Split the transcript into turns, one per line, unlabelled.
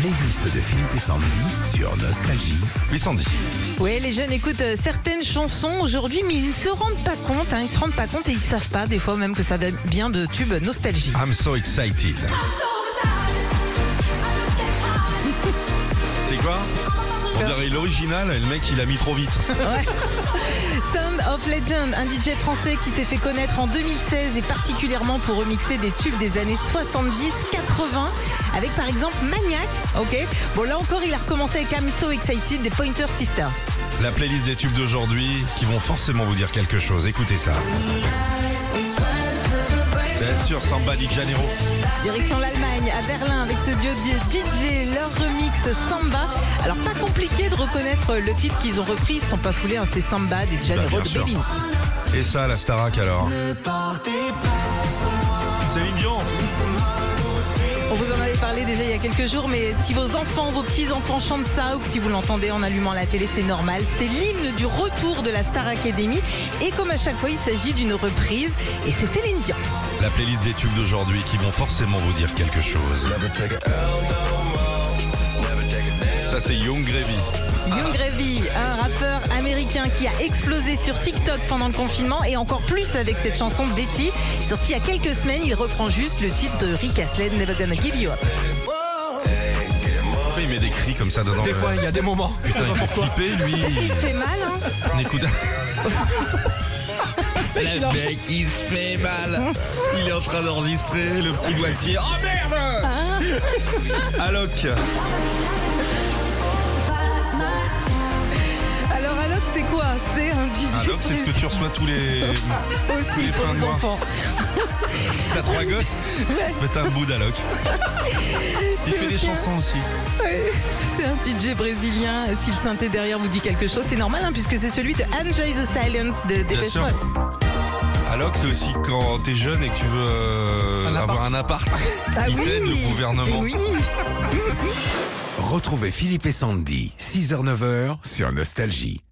playlist de Philippe et Sandy sur Nostalgie.
Oui, Sandy.
Oui, les jeunes écoutent euh, certaines chansons aujourd'hui, mais ils se rendent pas compte. Hein, ils se rendent pas compte et ils savent pas des fois même que ça vient de tubes nostalgie.
I'm so excited. C'est quoi On dirait l'original et le mec il a mis trop vite.
Sound of Legend, un DJ français qui s'est fait connaître en 2016 et particulièrement pour remixer des tubes des années 70, 80, avec par exemple Maniac. Ok. Bon là encore, il a recommencé avec I'm So Excited des Pointer Sisters.
La playlist des tubes d'aujourd'hui qui vont forcément vous dire quelque chose. Écoutez ça. Bien sûr, Samba di Janeiro.
Direction l'Allemagne, à Berlin, avec ce dieu DJ, leur remix Samba. Alors, pas compliqué de reconnaître le titre qu'ils ont repris. Ils sont pas foulés, hein, c'est Samba des Janeiro
Bah, bien
de
sûr.
Bellini.
Et ça, la Starac alors. Céline Dion.
On vous en avait parlé déjà il y a quelques jours, mais si vos enfants, vos petits-enfants chantent ça, ou que si vous l'entendez en allumant la télé, c'est normal. C'est l'hymne du retour de la Star Academy. Et comme à chaque fois, il s'agit d'une reprise. Et c'est Céline Dion.
La playlist des tubes d'aujourd'hui qui vont forcément vous dire quelque chose. Ça, c'est Young Gravy.
Young Gravy, un rappeur américain qui a explosé sur TikTok pendant le confinement et encore plus avec cette chanson Betty. Sortie il y a quelques semaines, il reprend juste le titre de Rick Astley, Never Gonna Give You Up.
Après, il met des cris comme ça dedans.
Des
le-
fois, il y a des moments.
Putain, il fait flipper, lui.
Il fait mal, hein
N'écoute. Le mec, il se fait mal. Il est en train d'enregistrer le petit guapier. Oh merde
Ah.
Alok.
Alors Alok, c'est quoi C'est un DJ
Alok, c'est ce que tu reçois tous les, tous les
pour
fins de
les
mois.
enfants.
T'as trois gosses Mais t'as un bout d'Alok. Il fait des chansons aussi.
C'est un DJ brésilien. Si le synthé derrière vous dit quelque chose, c'est normal, hein, puisque c'est celui de Enjoy the Silence de Dépêche
sûr.
Mode.
Alok, c'est aussi quand t'es jeune et que tu veux euh,
Un appart.
avoir un appart.
Ah Eh
il t'aide le gouvernement.
Oui
Retrouvez Philippe et Sandy, 6h-9h sur Nostalgie.